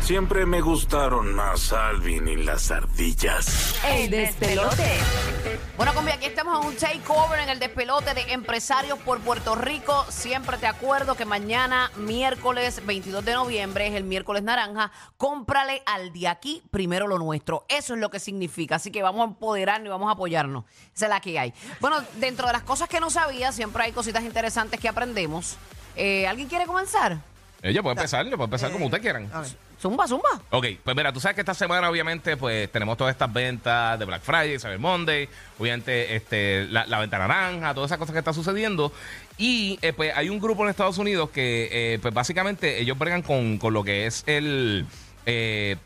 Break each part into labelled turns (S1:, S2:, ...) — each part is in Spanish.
S1: Siempre me gustaron más Alvin y las ardillas.
S2: El despelote. Bueno, combi, aquí estamos en un takeover en el despelote de empresarios por Puerto Rico. Siempre te acuerdo que mañana, miércoles 22 de noviembre, es el miércoles naranja. Cómprale al de aquí primero lo nuestro. Eso es lo que significa. Así que vamos a empoderarnos y vamos a apoyarnos. Esa es la que hay. Bueno, dentro de las cosas que no sabía, siempre hay cositas interesantes que aprendemos. Eh, ¿Alguien quiere comenzar?
S3: Ella puede empezar, yo puedo empezar
S2: eh,
S3: como ustedes quieran.
S2: Zumba, zumba.
S3: Ok, pues mira, tú sabes que esta semana obviamente pues tenemos todas estas ventas de Black Friday, Cyber Monday, obviamente este, la, la venta naranja, todas esas cosas que están sucediendo. Y eh, pues hay un grupo en Estados Unidos que eh, pues básicamente ellos bregan con, con lo que es el... eh,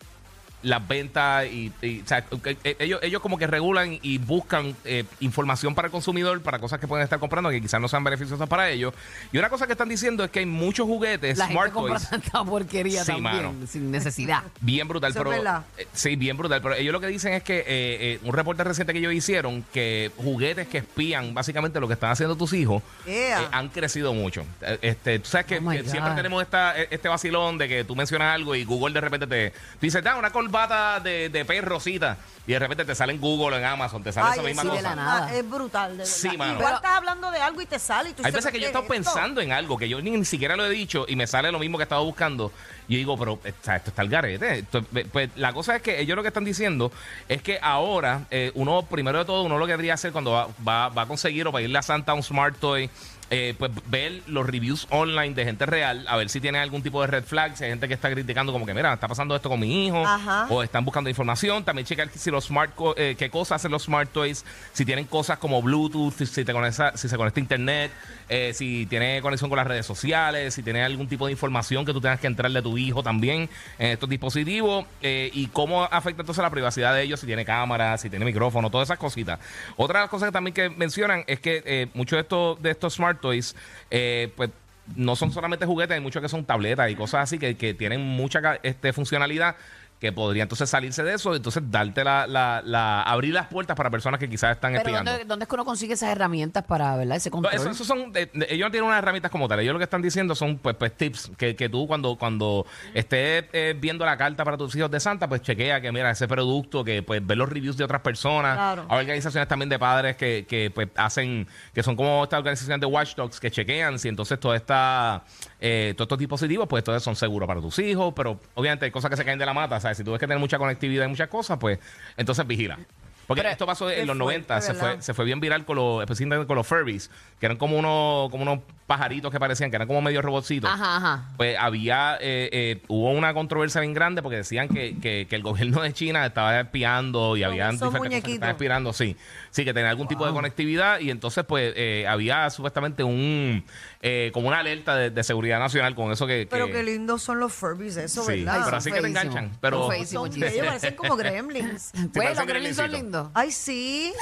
S3: las ventas y, y, o sea, que- que ellos, ellos como que regulan y buscan eh, información para el consumidor para cosas que pueden estar comprando que quizás no sean beneficiosas para ellos y una cosa que están diciendo es que hay muchos juguetes
S2: La gente
S3: smart
S2: compra
S3: toys
S2: tanta porquería
S3: Sí,
S2: también,
S3: mano.
S2: sin necesidad.
S3: Bien brutal,
S4: Eso es
S3: pero.
S4: verdad.
S3: eh, sí, bien brutal. Pero ellos lo que dicen es que eh, eh, un reporte reciente que ellos hicieron que juguetes que espían básicamente lo que están haciendo tus hijos
S4: Ea.
S3: eh, han crecido mucho. Eh, Este, tú sabes que
S2: Oh my
S3: eh, siempre
S2: God.
S3: tenemos esta, eh, este vacilón de que tú mencionas algo y Google de repente te, te dice, da una corbata de, de pez rosita. Y de repente te sale en Google, en Amazon, te sale esa misma
S2: sí, de
S3: cosa.
S2: la nada.
S4: ah, es brutal, de verdad.
S3: Sí, mano.
S4: Igual
S2: Pero-
S4: estás hablando de algo y te sale. Y tú
S3: Hay
S4: dices,
S3: veces que yo he
S4: ¿qué
S3: estado
S4: es esto?
S3: pensando en algo que yo ni, ni siquiera lo he dicho y me sale lo mismo que estaba buscando. Y yo digo, pero eh, o sea, esto está el garete. Esto- pe- pues, la cosa es que ellos lo que están diciendo es que ahora, eh, uno, primero de todo, uno lo que debería hacer cuando va, va- va a conseguir o pedirle a Santa un Smart Toy. eh, pues ver los reviews online de gente real, a ver si tienen algún tipo de red flag, si hay gente que está criticando como que, mira, está pasando esto con mi hijo,
S4: Ajá.
S3: o están buscando información. También checar si los smart co- eh, qué cosas hacen los smart toys, si tienen cosas como Bluetooth, si, si te conecta, si se conecta a internet, eh, si tiene conexión con las redes sociales, si tiene algún tipo de información que tú tengas que entrarle a tu hijo también en estos dispositivos eh, y cómo afecta entonces la privacidad de ellos, si tiene cámara, si tiene micrófono, todas esas cositas. Otra de las cosas que también que mencionan es que eh, muchos de estos, de estos smart toys, eh, pues no son solamente juguetes, hay muchos que son tabletas y cosas así que, que tienen mucha ca- este, funcionalidad que podría entonces salirse de eso, entonces darte la, la, la- abrir las puertas para personas que quizás están
S2: Pero
S3: espiando.
S2: ¿dónde, dónde es que uno consigue esas herramientas para, ¿verdad? Ese
S3: No,
S2: control.
S3: eso- eso son, eh, eh, ellos no tienen unas herramientas como tal. Ellos lo que están diciendo son pues, pues, tips que, que tú cuando, cuando estés eh, viendo la carta para tus hijos de Santa, pues chequea que mira ese producto, que pues ver los reviews de otras personas.
S4: Claro.
S3: Hay organizaciones también de padres que, que pues, hacen, que son como estas organizaciones de watchdogs que chequean si entonces toda esta, eh, todos estos dispositivos, pues entonces son seguros para tus hijos, pero obviamente hay cosas que se caen de la mata, ¿sabes? Si tú ves que tienes mucha conectividad y muchas cosas, pues entonces vigila. Porque
S2: Pero-
S3: esto pasó en
S4: Qué
S3: los
S4: fuerte,
S3: 90, se fue,
S4: ¿verdad?
S3: se fue bien viral con los, específicamente con los Furbies, que eran como unos, como unos pajaritos que parecían, que eran como medio robotcitos.
S2: Ajá, ajá.
S3: Pues había, eh, eh, hubo una controversia bien grande porque decían que, que- que el gobierno de China estaba espiando y
S4: Con
S3: habían diferentes
S4: esos
S3: cosas que
S4: muñequitos.
S3: estaban espiando, sí. Sí, que tenía algún tipo de conectividad y entonces pues eh, había supuestamente un, eh, como una alerta de, de seguridad nacional con eso que...
S4: Pero
S3: que-
S4: qué lindos son los Furbies, eso,
S3: Sí,
S4: ¿verdad?
S3: pero así que te
S2: feísimo.
S3: enganchan. Pero,
S2: Son feísimos,
S4: son
S2: chicos.
S4: bellos, parecen como gremlins.
S2: Pues
S3: parece
S2: los gremlins son lindos.
S4: Ay, sí.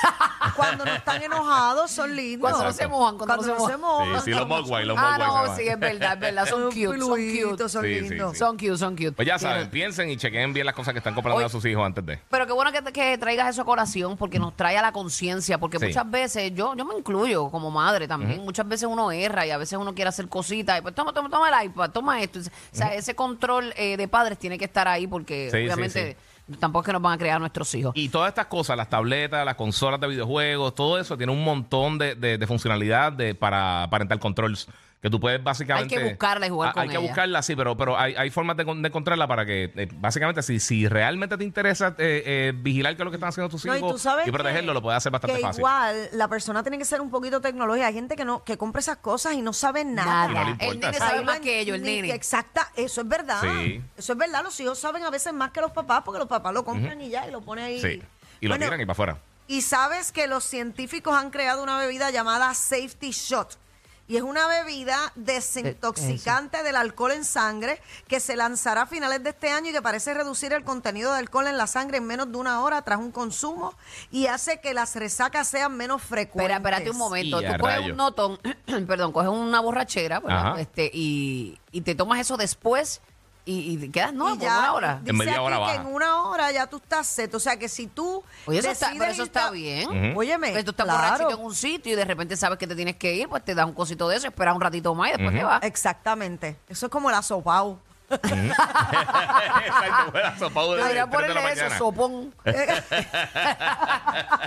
S4: Cuando no están enojados, son lindos.
S2: Cuando no se mojan, cuando no se
S3: Sí, sí, los Mogwai, los
S2: Ah,
S3: Mogwai se
S2: no,
S3: van.
S2: sí, es verdad, es verdad. Son
S4: Son
S2: cute, son cute.
S4: peluditos, son
S3: Sí, sí,
S4: lindos.
S3: sí.
S2: Son cute, son cute.
S3: Pues ya
S2: Tiene-
S3: saben, piensen y chequen bien las cosas que están comprando
S2: Hoy-
S3: a sus hijos antes de...
S2: Pero qué bueno que, te- que traigas eso a colación porque nos trae a la conciencia, porque
S3: Sí.
S2: muchas veces, yo yo me incluyo como madre también, muchas veces uno erra y a veces uno quiere hacer cositas y pues toma, toma, toma el iPad, toma esto. O sea, ese control eh, de padres tiene que estar ahí porque
S3: Sí, sí,
S2: obviamente tampoco es que nos van a crear nuestros hijos.
S3: Y todas estas cosas, las tabletas, las consolas de videojuegos, todo eso tiene un montón de, de- de funcionalidad de, para parental controls. Que tú puedes básicamente.
S2: Hay que buscarla y jugar
S3: Ah,
S2: con
S3: Hay que
S2: ella.
S3: buscarla, sí, pero, pero hay, hay formas de, con- de encontrarla para que, eh, básicamente, si, si realmente te interesa eh, eh, vigilar qué es lo que están haciendo tus
S4: No,
S3: hijos
S4: y tú sabes
S3: protegerlo,
S4: que-
S3: lo puedes hacer bastante
S4: que
S3: fácil.
S4: igual la persona tiene que ser un poquito tecnológica. Hay gente que no que compra esas cosas y no sabe
S2: Nada.
S4: nada.
S3: Y no le
S2: el
S3: importa,
S2: nene
S3: sí.
S2: sabe
S4: Ay,
S2: más
S4: no,
S2: que ellos, el
S4: ni-
S2: nene.
S4: Exacta, eso es verdad.
S3: Sí.
S4: Eso es verdad. Los hijos saben a veces más que los papás porque los papás lo compran y ya y lo ponen ahí.
S3: Sí. Y lo
S4: Bueno,
S3: tiran y para afuera.
S4: Y sabes que los científicos han creado una bebida llamada Safety Shot, y es una bebida desintoxicante del alcohol en sangre que se lanzará a finales de este año y que parece reducir el contenido de alcohol en la sangre en menos de una hora tras un consumo y hace que las resacas sean menos frecuentes.
S2: Espera, espérate un momento.
S3: Y
S2: Tú
S3: a
S2: coges
S3: rayos.
S2: un notón, perdón, coges una borrachera, ¿verdad?
S3: Ajá.
S2: Este, y, y te tomas eso después y, y quedas
S4: No,
S2: no por una hora.
S4: Dice
S3: En media hora
S4: aquí que
S3: baja.
S4: en una hora ya tú estás set. O sea que si tú.
S2: Oye, eso está, pero
S4: decides
S2: eso
S4: irte a-
S2: está bien.
S4: Óyeme.
S2: Pero tú estás
S4: claro.
S2: borrachito en un sitio y de repente sabes que te tienes que ir, pues te das un cosito de eso, esperas un ratito más y después te vas.
S4: Exactamente. Eso es como el asopao.
S3: Exacto, fue la sopa de- de
S2: Debería
S3: tres de la
S2: ponerle eso,
S3: mañana.
S2: sopón. Te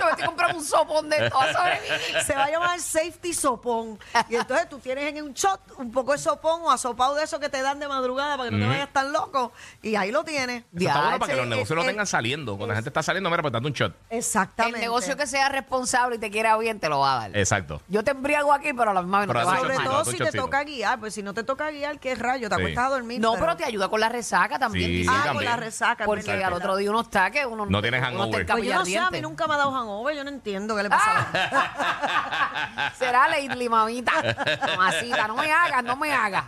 S2: metí a comprar un sopón de todo sobrevivir.
S4: Se va a llamar safety sopón. Y entonces tú tienes en un shot un poco de sopón o asopao de eso que te dan de madrugada para que no te vayas tan loco. Y ahí lo tienes.
S3: Eso está bueno para que
S4: ese-
S3: los negocios lo
S4: el-
S3: tengan saliendo. Cuando la gente está saliendo, mira, pues date un shot.
S4: Exactamente.
S2: El negocio que sea responsable y te quiera bien, te lo va a dar.
S3: Exacto.
S2: Yo te embriago aquí, pero a la misma vez no
S3: Pero
S2: te vas a
S3: hace
S4: Sobre
S2: ir.
S3: chocito,
S4: todo
S3: un
S4: si te
S3: chocito.
S4: toca guiar, pues si no te toca guiar, ¿qué rayo? Te acuestas a dormir.
S2: No, pero te ayuda con la resaca también.
S3: Sí,
S2: dice.
S4: Ah, con
S3: también.
S4: la resaca. es
S2: Porque
S4: verdad.
S2: al otro día uno está que uno
S3: No tienes
S2: uno está
S3: hangover.
S4: Pues yo no sé, a mí
S2: encabillardiente.
S4: nunca me ha dado hangover, yo no entiendo qué le pasa.
S2: Será Leidli, mamita. Mamacita, no me hagas, no me hagas.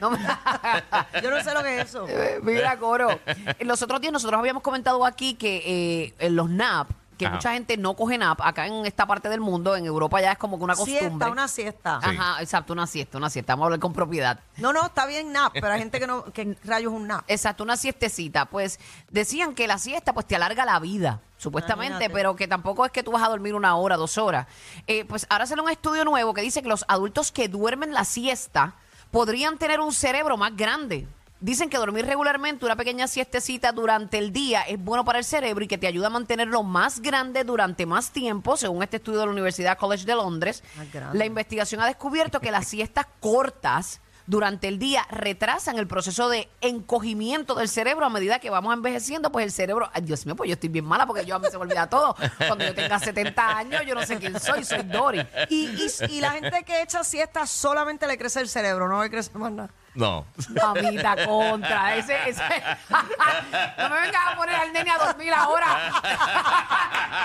S2: No me hagas.
S4: Yo no sé lo que es eso.
S2: Eh, Mira, Coro. Los otros días nosotros habíamos comentado aquí que eh, en los NAP, que
S3: Ajá.
S2: mucha gente no coge NAP, acá en esta parte del mundo, en Europa ya es como que una costumbre.
S4: Siesta, una siesta.
S3: Sí.
S2: Ajá, exacto, una siesta, una siesta. Vamos a hablar con propiedad.
S4: No, no, está bien nap, pero hay gente que no, que rayos es un nap.
S2: Exacto, una siestecita. Pues decían que la siesta pues te alarga la vida, supuestamente,
S4: Imagínate.
S2: pero que tampoco es que tú vas a dormir una hora, dos horas. Eh, pues ahora sale un estudio nuevo que dice que los adultos que duermen la siesta podrían tener un cerebro más grande. Dicen que dormir regularmente una pequeña siestecita durante el día es bueno para el cerebro y que te ayuda a mantenerlo más grande durante más tiempo, según este estudio de la Universidad College de Londres.
S4: Más grande.
S2: La investigación ha descubierto que las siestas cortas durante el día retrasan el proceso de encogimiento del cerebro a medida que vamos envejeciendo, pues el cerebro, ay Dios mío, pues yo estoy bien mala porque yo a mí se me olvida todo. Cuando yo tenga 70 años, yo no sé quién soy, soy Dory.
S4: Y, y, y la gente que echa siesta solamente le crece el cerebro, no le crece más nada.
S3: No.
S2: Mamita contra, ese, ese. no me vengas a poner al nene a 2000 ahora.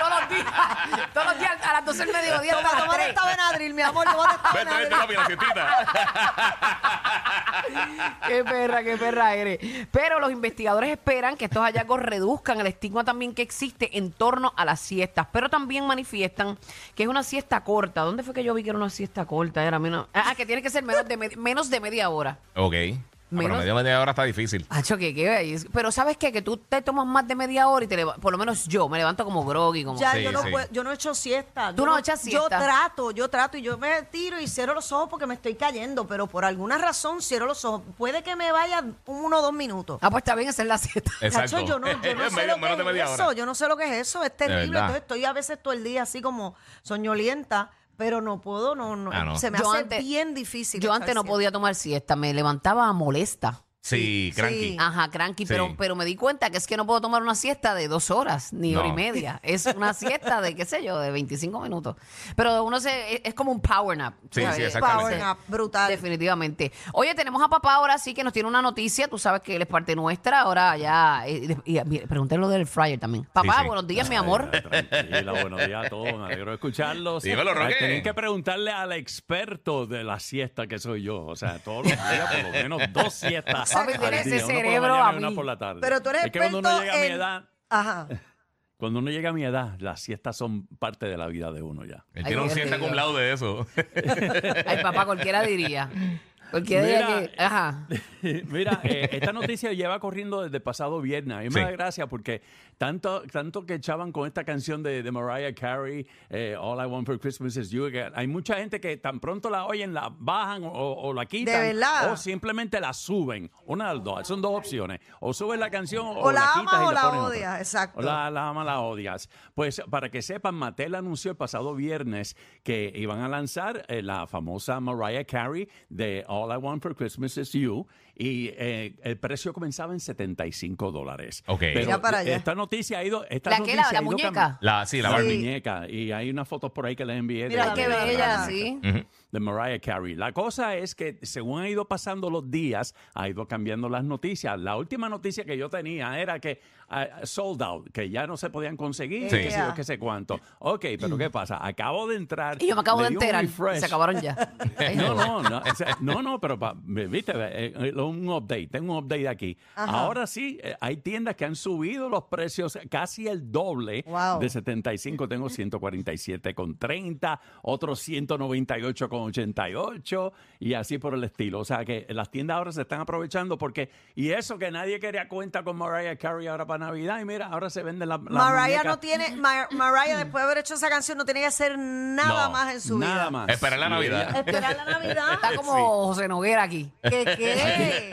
S2: todos los días, todos los días a las 12 del mediodía
S4: Toma,
S2: hasta las
S4: tómate
S2: 3.
S4: esta Benadryl, mi amor, tómate esta
S3: Vente, vente,
S4: Benadryl.
S3: papi, la siestita.
S2: Qué perra, qué perra eres. Pero los investigadores esperan que estos hallazgos reduzcan el estigma también que existe en torno a las siestas, pero también manifiestan que es una siesta corta. ¿Dónde fue que yo vi que era una siesta corta? Era menos, ah, que tiene que ser menos de, me- menos de media hora.
S3: Ok. Ah, Pero
S2: Menos-
S3: media media hora está difícil.
S2: Hacho, que qué bello. Pero sabes qué? que tú te tomas más de media hora y te leva- por lo menos yo me levanto como groggy, como
S4: Ya,
S3: Sí,
S4: yo, no
S3: sí.
S4: puedo- yo no echo siesta.
S2: Tú
S4: Yo
S2: no echas
S4: Yo
S2: siesta.
S4: trato, yo trato y yo me tiro y cierro los ojos porque me estoy cayendo, pero por alguna razón cierro los ojos. Puede que me vaya uno o dos minutos.
S2: Ah, pues está bien, esa es la siesta.
S3: Exacto.
S4: Chacho, yo no, yo no sé
S3: Medio-
S4: lo
S3: menos de
S4: que
S3: media
S4: es
S3: hora.
S4: eso, yo no sé lo que es eso, es
S3: De
S4: terrible.
S3: verdad.
S4: Entonces estoy a veces todo el día así como soñolienta, pero no puedo, no, no,
S3: Ah, no.
S4: se me
S2: Yo
S4: hace
S2: antes-
S4: bien difícil.
S2: Yo
S4: estar
S2: antes no
S4: siempre.
S2: podía tomar siesta, me levantaba molesta.
S3: Sí,
S4: Sí,
S3: cranky.
S4: sí.
S2: Ajá, cranky,
S3: Sí.
S2: pero, pero me di cuenta que es que no puedo tomar una siesta de dos horas, ni hora y
S3: No.
S2: media. Es una siesta de, qué sé yo, de 25 minutos. Pero uno se, e, es, es como un power nap.
S3: Sí,
S2: ¿sabes?
S3: sí, exactamente.
S4: Power nap, brutal.
S2: Definitivamente. Oye, tenemos a papá ahora sí que nos tiene una noticia. Tú sabes que él es parte nuestra. Ahora ya. eh, Y, y- mira, pregunté lo del fryer también. Papá,
S3: sí.
S2: buenos días, mi amor.
S5: Tranquila, buenos días a todos. Me alegro de escucharlos.
S3: Dímelo,
S5: Ay,
S3: Roque.
S5: Tienen que preguntarle al experto de la siesta que soy yo. O sea, todos los días por lo menos dos siestas.
S2: Papi,
S5: al
S2: tienes
S5: día,
S2: ese
S5: una por la
S2: cerebro
S5: mañana
S2: a
S5: y una
S2: mí.
S5: por la tarde.
S4: Pero tú eres
S5: es que cuando uno
S4: experto
S5: llega a mi
S4: en-
S5: edad,
S4: Ajá.
S5: Eh, cuando uno llega a mi edad, las siestas son parte de la vida de uno ya.
S3: Él
S2: Ay,
S3: tiene un
S2: qué
S3: sienta
S2: rico.
S3: con un lado de eso.
S2: Ay, papá, cualquiera diría. Cualquiera diría
S5: Mira.
S2: que. Ajá.
S5: Mira, eh, esta noticia lleva corriendo desde el pasado viernes. A mí me
S3: Sí.
S5: da gracia porque tanto, tanto que echaban con esta canción de, de Mariah Carey, eh, All I Want for Christmas is You, que hay mucha gente que tan pronto la oyen, la bajan o, o la quitan.
S4: ¿De verdad?
S5: O simplemente la suben. Una de las dos. Son dos opciones. O subes la canción o,
S4: O la
S5: quitas
S4: amas
S5: y
S4: o la
S5: pones otra.
S4: odias, exacto.
S5: O la, la amas, la odias. Pues para que sepan, Mattel anunció el pasado viernes que iban a lanzar eh, la famosa Mariah Carey de All I Want for Christmas is You y eh, el precio comenzaba en 75 dólares.
S3: Ok.
S4: Mira para allá.
S5: esta noticia ha ido... Esta
S2: ¿La qué? ¿La-
S5: noticia
S2: la
S5: ha ido
S2: muñeca?
S5: cambiando.
S3: La, sí, la
S4: Sí.
S5: La
S3: Barbie.
S5: muñeca. Y hay unas fotos por ahí que les envié. de
S4: Mira
S5: la-
S2: qué
S5: de la-
S2: bella,
S5: de la-
S2: sí.
S5: De Mariah Carey. La cosa es que según han ido pasando los días, ha ido cambiando las noticias. La última noticia que yo tenía era que ah, sold out, que ya no se podían conseguir,
S3: Sí.
S5: qué sé yo,
S4: Yeah.
S5: qué sé cuánto. Ok, pero ¿qué pasa? Acabo de entrar.
S2: Y yo me acabo
S5: le
S2: de
S5: di un
S2: enterar.
S5: refresh.
S2: Se acabaron ya. Este, Ay,
S5: No,
S2: joder.
S5: no, no, o sea, no, no, pero pa- me- viste, eh, eh, lo- un update, tengo un update aquí. Ahora sí, eh, hay tiendas que han subido los precios casi el doble
S4: Wow.
S5: de 75, tengo 147,30, otros 198,88 y así por el estilo. O sea que las tiendas ahora se están aprovechando porque, y eso que nadie quería cuenta con Mariah Carey ahora para Navidad, y mira, ahora se venden las... las
S4: Mariah no
S5: muñecas.
S4: tiene, Mar- Mariah después de haber hecho esa canción no tiene que hacer nada
S5: No,
S4: más en su
S5: Nada
S4: vida.
S5: más.
S3: Esperar la
S5: Y
S3: Navidad.
S5: ella-
S4: Esperar la Navidad.
S2: Está como José Noguera aquí.
S4: ¿Qué qué?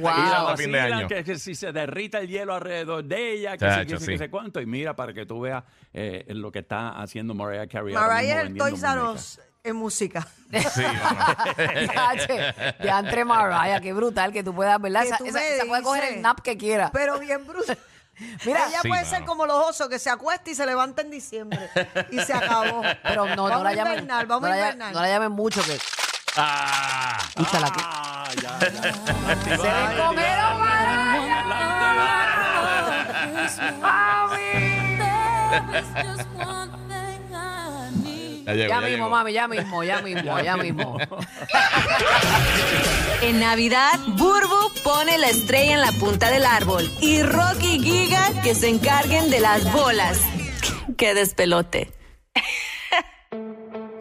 S3: Wow.
S5: Y la
S3: a fin Este, de
S5: vacilan,
S3: año.
S5: Ah, Que, que si se derrita el hielo alrededor de ella, que
S3: Chacho,
S5: si, que si-
S3: sí.
S5: que si cuánto. Y mira para que tú veas eh, lo que está haciendo Mariah Carey. ahora mismo
S4: Mariah es el
S5: vendiendo
S4: Toys R
S5: muñecas.
S4: Us en música.
S3: Sí, bueno.
S2: ya, che, ya entre Mariah, qué brutal que tú puedas, ¿verdad?
S4: Que
S2: Esa,
S4: tú
S2: esa-
S4: me
S2: esa puede coger
S4: dices.
S2: el nap que quiera.
S4: Pero bien brutal.
S2: Mira,
S4: ella
S3: Sí,
S4: puede
S3: mano.
S4: ser como los osos que se acuesta y se levanta en diciembre. Y se acabó.
S2: pero no,
S4: vamos
S2: no la
S4: a
S2: llamen.
S4: invernar, vamos
S2: no,
S4: a
S2: la, llamen-
S4: invernar.
S2: no la llamen mucho que se
S3: Ah,
S2: Escúchala, que-
S5: Ah, ya, ya.
S2: ven con Mariah.
S3: ya llegó,
S2: Ya
S3: ya
S2: mismo,
S3: llegó.
S2: mami, ya mismo, ya mismo, ya mismo.
S6: En Navidad, Burbu pone la estrella en la punta del árbol y Rocky y Giga que se encarguen de las bolas. ¡Qué despelote!